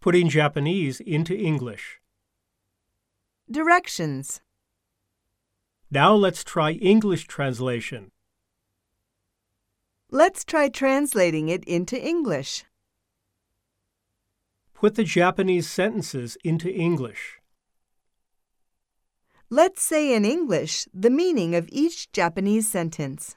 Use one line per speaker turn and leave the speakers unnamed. putting Japanese into English.
Directions.
Now let's try English translation.
Let's try translating it into English.
Put the Japanese sentences into English.
Let's say in English the meaning of each Japanese sentence.